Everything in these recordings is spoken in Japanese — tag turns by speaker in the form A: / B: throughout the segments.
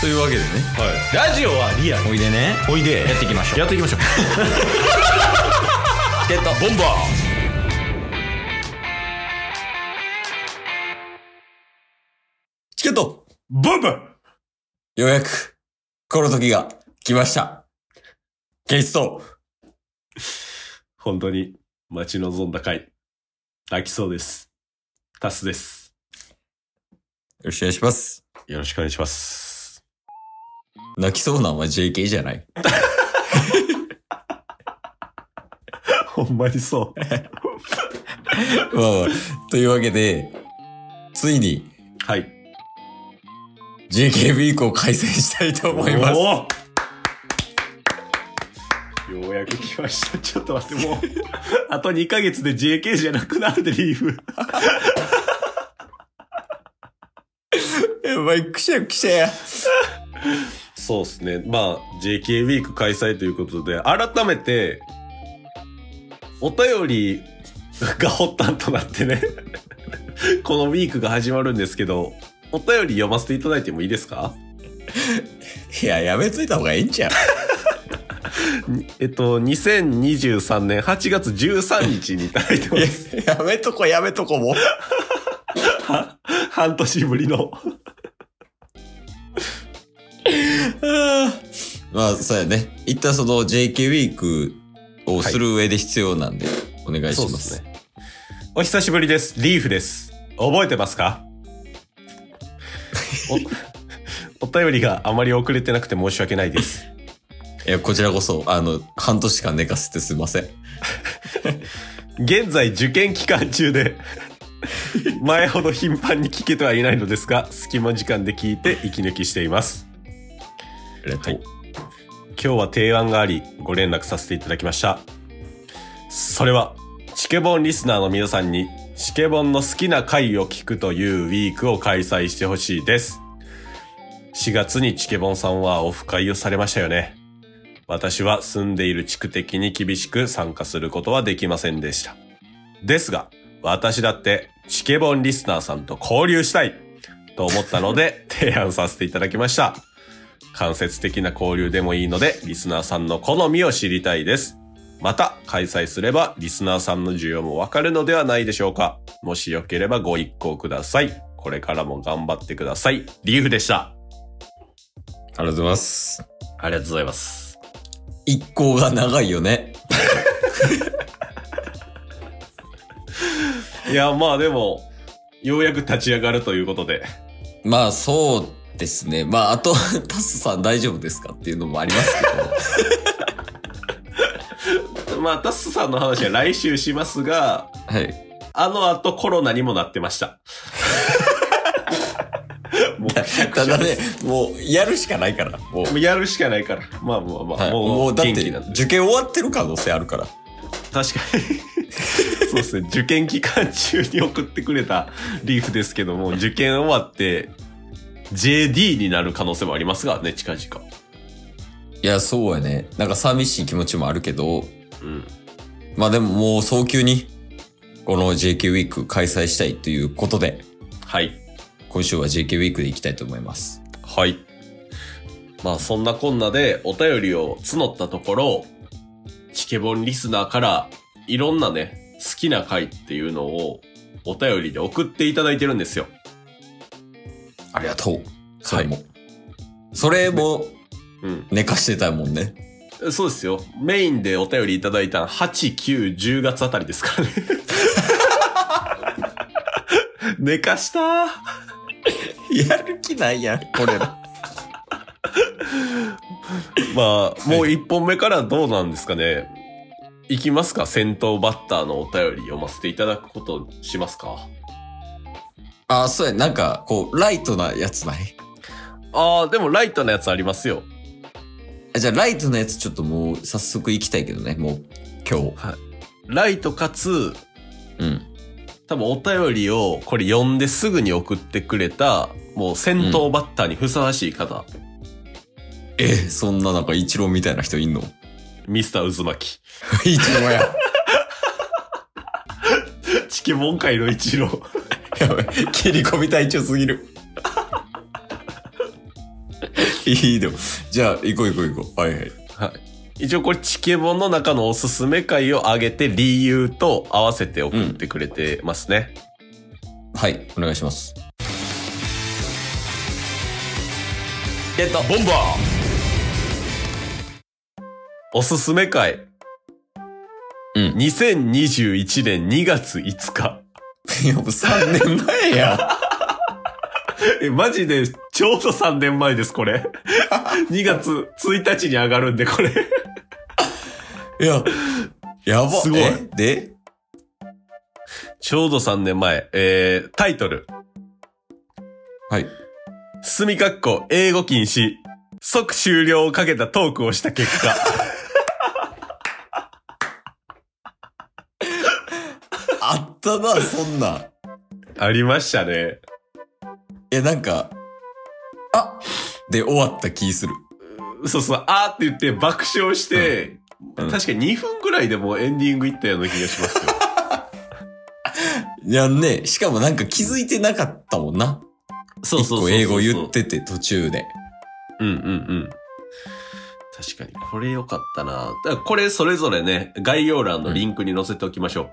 A: というわけでね
B: ラジオはリアル
A: おいでね
B: おいで
A: やっていきましょう
B: やっていきましょう
A: チケットボンバーチケット
B: ボンバー
A: ようやく、この時が来ました。ゲスト、
B: 本当に待ち望んだ回飽きそうですタスです
A: よろしくお願いします。
B: よろしくお願いします
A: 泣きそうなのは JK じゃない
B: ほんまにそ
A: まあまあ、というわけで、ついに
B: うはい
A: JK ウィークを開催したいと思います。
B: おーようやく来ましたちょっと待ってもう あと2ヶ月で JK じゃなくなるでリーフ
A: やばい、くしゃくしゃや。
B: そうですね。まあ、JK ウィーク開催ということで、改めて、お便りが発端となってね、 このウィークが始まるんですけど、お便り読ませていただいてもいいですか
A: いや、やめといた方がいいんちゃう
B: えっと、2023年8月13日 にいただいてま
A: い
B: す。
A: ややめとこやめとこもう。
B: は半年ぶりの。
A: まあ、そうやね。一旦その JK ウィークをする上で必要なんで、お願いし
B: そう
A: ま。
B: ですすね。お久しぶりです。リーフです。覚えてま すかおお便りがあまり遅れてなくて申し訳ないです。
A: いや、こちらこそ、あの、半年間寝かせてすいません。
B: 現在受験期間中で前ほど頻繁に聞けてはいないのですが隙間時間で聞いて息抜きしています
A: ありがとう。
B: 今日は提案がありご連絡させていただきましたそれはチケボンリスナーの皆さんにチケボンの好きな回を聞くというウィークを開催してほしいです4月にチケボンさんはオフ会をされましたよね私は住んでいる地区的に厳しく参加することはできませんでしたですが私だってチケボンリスナーさんと交流したいと思ったので提案させていただきました間接的な交流でもいいので、リスナーさんの好みを知りたいです。また、開催すれば、リスナーさんの需要もわかるのではないでしょうか。もしよければご一行ください。これからも頑張ってください。リーフでした。
A: ありがとうございます。
B: ありがとうございます。
A: 一行が長いよね。
B: いや、まあでも、ようやく立ち上がるということで。
A: まあ、そうですね。まあ、あと、タスさん大丈夫ですかっていうのもあります
B: まあ、タスさんの話は来週しますが、
A: け ど。はい。
B: あの後コロナにもなってました。 もうくしゃく
A: た
B: し
A: だ
B: ゃ
A: ね
B: です、
A: もう、やるしかないから。もう。
B: もうやるしかないから。まあまあまあ、
A: はい、
B: もう
A: もうだって
B: 元気なんで
A: 受験終わってる可能性あるから
B: 確かに そうですね受験期間中に送ってくれたリーフですけども受験終わって JD になる可能性もありますがね近々
A: いやそうやねなんか寂しい気持ちもあるけど
B: うん
A: まあでももう早急にこの JK ウィーク開催したいということで
B: はい
A: 今週は JK ウィークでいきたいと思います
B: はいまあそんなこんなでお便りを募ったところチケボンリスナーからいろんなね好きな回っていうのをお便りで送っていただいてるんですよ
A: ありがとうそれも、それも
B: うん
A: 寝かしてたもんね
B: そうですよ。メインでお便りいただいたの8、9、10月あたりですからね。 寝かしたー
A: やる気ないやんこれ
B: まあ、もう1本目からどうなんですかね。いきますか先頭バッターのお便り読ませていただくことしますか
A: あそうやなんかこうライトなやつない
B: ああ、でもライトなやつありますよ。
A: あじゃあライトなやつちょっともう早速行きたいけどねもう今日
B: ライトかつ、
A: うん
B: 多分お便りをこれ読んですぐに送ってくれた、もう先頭バッターにふさわしい方、
A: えそんななんか一郎みたいな人 いんの
B: ミスター渦巻
A: 一郎や
B: き。 チケモン界の一郎。
A: やばい切り込み隊長すぎる。 いいの。じゃあ、行こう行こう行こう。はいはい。
B: はい。一応これチケボンの中のおすすめ回を挙げて理由と合わせて送ってくれてますね。
A: はい、お願いします。
B: ゲットボンバーおすすめ回。
A: うん
B: 2021年2月5日。
A: いや、もう3年前や。
B: え、マジで、ちょうど3年前です、これ。2月1日に上がるんで、これ。
A: いや、やば。
B: すごい
A: えで、
B: ちょうど3年前。えー、タイトル。
A: はい。
B: すみかっこ、英語禁止。即終了をかけたトークをした結果。
A: あったな、そんなん。い
B: ありましたね。
A: や、なんか、あで終わった気する。
B: そうそう、あーって言って爆笑して、
A: うん
B: 確かに2分ぐらいでもうエンディングいったような気がしますよ。
A: いやね、しかもなんか気づいてなかったもんな。
B: そうそうそうそう。
A: 一個英語言っ。てて途中で。
B: うんうんうん。確かに、これ良かったなだからこれそれぞれね、概要欄のリンクに載せておきましょう。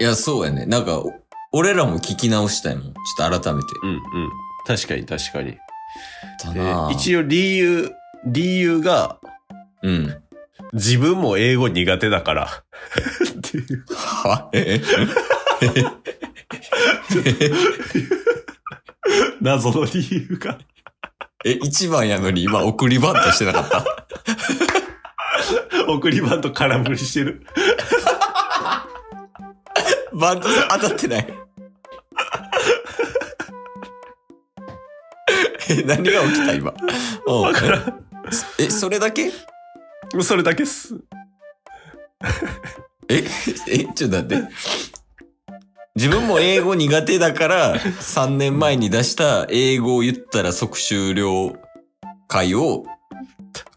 A: いや、そうやね。なんか、お俺らも聞き直したいもん。ちょっと改めて。
B: うんうん。確かに確かに。
A: だ
B: え
A: な
B: ー一応理由、理由が、
A: うん。
B: 自分も英語苦手だから。っていう。
A: はえ
B: 謎の理由が。
A: え、一番やのに今送りバントしてなかった。
B: 送りバント空振りしてる。
A: バント当たってない。 え、何が起きた今。わからん。え、それだけ
B: それだけっす。
A: え、え、ちょっと待って。自分も英語苦手だから、3年前に出した英語を言ったら即終了会を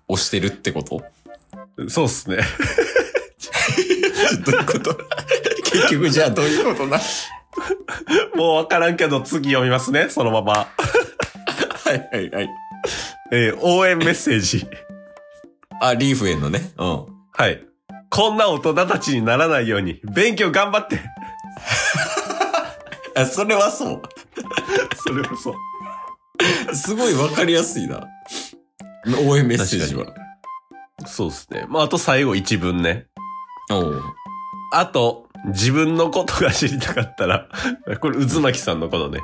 A: 押してるってこと
B: そうっすね。
A: どういうこと 結局じゃあどういうことな は
B: もうわからんけど次読みますね、そのまま。
A: いはいはい。
B: えー応援メッセージ。
A: あ、リーフへのね。うん。
B: はい。こんな大人たちにならないように、勉強頑張って。
A: あ、それはそ
B: それこそ。
A: う。すごいわかりやすいな。応援メッセージは。
B: そうっすね。まあ、あと最後一文ね。
A: おう
B: あと、自分のことが知りたかったら、これ、渦巻さんのことね。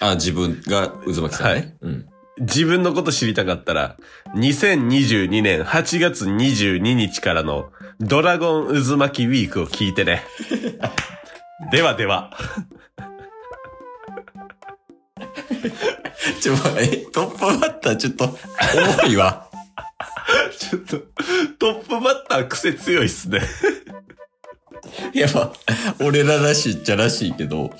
A: あ、自分が渦巻さんね。
B: はい
A: うん。
B: 自分のこと知りたかったら、2022年8月22日からのドラゴン渦巻きウィークを聞いてね。ではでは。
A: ちょ、え、トップバッターちょっと重いわ。
B: ちょっと、トップバッター癖強いっすね。
A: い や、まあ、俺ららしいっちゃらしいけど、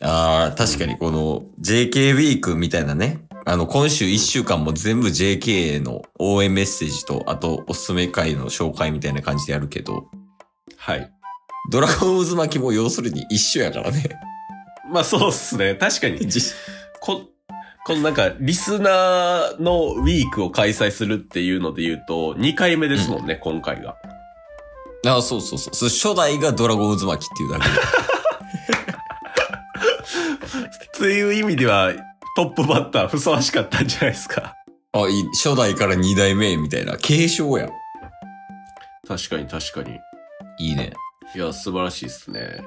A: ああ、確かにこの JK ウィークみたいなね、あの、今週1週間も全部 JK への応援メッセージと、あとおすすめ会の紹介みたいな感じでやるけど、
B: はい。
A: ドラゴン渦巻きも要するに一緒やからね。
B: まあそうっすね。確かに。
A: 実
B: こ、このなんか、リスナーのウィークを開催するっていうので言うと、2回目ですもんね、今回が。
A: あそうそうそうそう。初代がドラゴン渦巻きっていうだけで。
B: という意味では、トップバッターふさわしかったんじゃないですか。
A: あ、いい。初代から二代目みたいな。継承や。
B: 確かに確かに。
A: いいね。
B: いや、素晴らしいですね。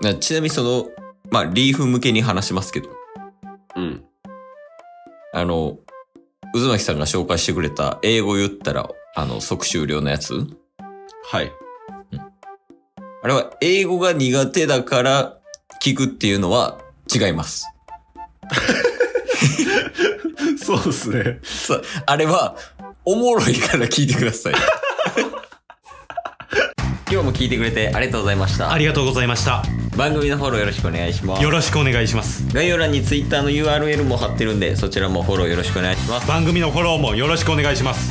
A: なちなみにその、まあ、リーフ向けに話しますけど、
B: うん。
A: あの、渦巻さんが紹介してくれた英語言ったら、あの、即終了のやつ。
B: はい。
A: あれは英語が苦手だから聞くっていうのは違います。
B: そうですね。
A: そうあれは、おもろいから聞いてください。 今日も聞いてくれてありがとうございました
C: あ。りがとうございました。
A: 番組のフォローよろしくお願いします
C: よろしくお願いします。
A: 概要欄に Twitter の URL も貼ってるんでそちらもフォローよろしくお願いします
C: 番組のフォローもよろしくお願いします。